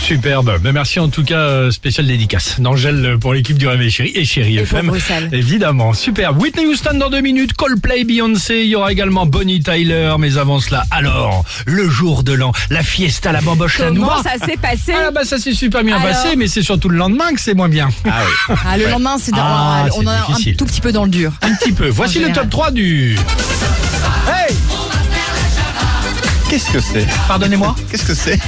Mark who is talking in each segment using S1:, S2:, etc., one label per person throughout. S1: Superbe. Ben, merci en tout cas, euh, spéciale dédicace d'Angèle euh, pour l'équipe du Réveil Chéri et Chéri
S2: Et pour
S1: FM.
S2: Bruxelles.
S1: Évidemment, superbe. Whitney Houston dans deux minutes, Coldplay, Beyoncé, il y aura également Bonnie Tyler, mais avant cela, alors, le jour de l'an, la fiesta, la bamboche, la noix.
S2: Comment ça s'est passé
S1: Ah bah ça s'est super bien
S2: Alors
S1: passé, mais c'est surtout le lendemain que c'est moins bien.
S2: Ah, Le lendemain, c'est dans-
S1: Ah,
S2: on
S1: c'est
S2: en a
S1: difficile.
S2: un tout petit peu dans le dur.
S1: Un petit peu. Voici le
S2: général.
S1: top 3 du... Hey
S3: Qu'est-ce que c'est
S1: Pardonnez-moi
S3: Qu'est-ce que c'est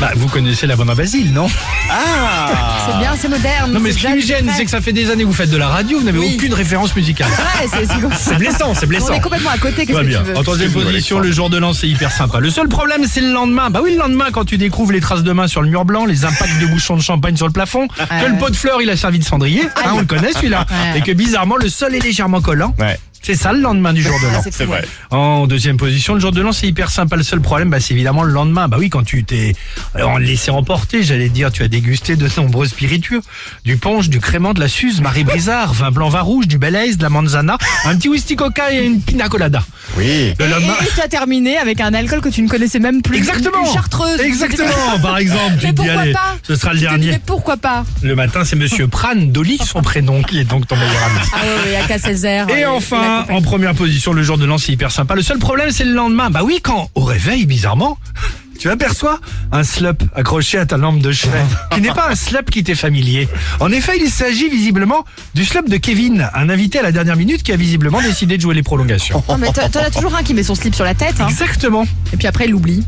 S1: Bah vous connaissez la bonne à Basile, non
S3: Ah
S2: C'est bien, c'est moderne.
S1: Non mais
S2: c'est
S1: ce qui me
S2: jazz,
S1: gêne,
S2: frais.
S1: c'est que ça fait des années que vous faites de la radio, vous n'avez
S2: Oui.
S1: aucune référence musicale.
S2: Ouais, c'est c'est comme ça.
S1: C'est blessant, c'est blessant.
S2: On est complètement à côté, qu'est-ce
S1: Très
S2: que
S1: bien.
S2: tu veux
S1: En troisième
S3: Excuse-nous,
S1: position,
S3: Alexandre.
S1: le jour de l'an, c'est hyper sympa. Le seul problème, c'est le lendemain. Bah oui, le lendemain, quand tu découvres les traces de main sur le mur blanc, les impacts de bouchons de champagne sur le plafond, que le pot de fleurs, il a servi de cendrier, hein, on le connaît celui-là,
S2: Ah, Ouais.
S1: et que bizarrement, le sol est légèrement collant.
S3: Ouais,
S1: C'est ça le lendemain du jour de l'an.
S2: Ah, c'est
S3: c'est
S2: fou,
S3: vrai.
S2: ouais.
S1: En deuxième position, le jour de l'an, c'est hyper sympa. Le seul problème, bah, c'est évidemment le lendemain. Bah oui, quand tu t'es euh, en laissé emporter, j'allais dire, tu as dégusté de nombreux spiritueux. Du punch, du crément, de la suze, Marie Brizard, vin blanc, vin rouge, du Bel Aise, de la manzana, un petit whisky coca et une pina colada.
S3: oui.
S1: Le lendemain-
S2: Et, et tu as terminé avec un alcool que tu ne connaissais même plus.
S1: Exactement.
S2: Une chartreuse.
S1: Exactement. Par exemple, tu
S2: Mais
S1: te dis,
S2: pourquoi
S1: allez,
S2: pas
S1: ce sera le
S2: Tu te dis,
S1: dernier.
S2: Mais pourquoi pas
S1: Le matin, c'est Monsieur Pran Dolly, son prénom, qui est donc ton meilleur ami.
S2: Ah ouais, euh, ouais, AK Césaire.
S1: Et enfin, en première position, le jour de l'an, c'est hyper sympa. Le seul problème, c'est le lendemain. Bah oui, quand, au réveil, bizarrement, tu aperçois un slop accroché à ta lampe de chevet, qui n'est pas un slop qui t'est familier. En effet, il s'agit visiblement du slop de Kevin, un invité à la dernière minute qui a visiblement décidé de jouer les prolongations.
S2: Non, mais t'en t'en as toujours un qui met son slip sur la tête, hein.
S1: Exactement,
S2: Et puis après, il l'oublie.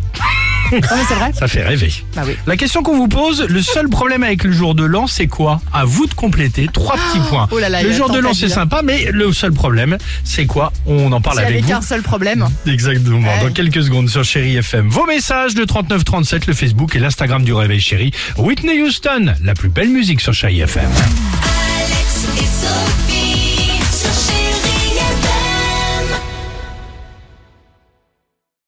S2: Non, mais c'est vrai.
S1: ça fait rêver.
S2: Bah oui.
S1: La question qu'on vous pose, le seul problème avec le jour de l'an, c'est quoi À vous de compléter trois petits points.
S2: oh là là, il
S1: le
S2: y a
S1: jour de
S2: tant
S1: l'an,
S2: à
S1: c'est
S2: dire.
S1: sympa, mais le seul problème, c'est quoi On en parle
S2: S'il n'y
S1: avec
S2: avait
S1: vous.
S2: qu'un seul problème.
S1: Exactement.
S2: Ouais.
S1: Dans quelques secondes sur Chéri FM. Vos messages de 3937, le Facebook et l'Instagram du Réveil Chéri. Whitney Houston, la plus belle musique sur Chéri FM.
S4: Alex et Sophie.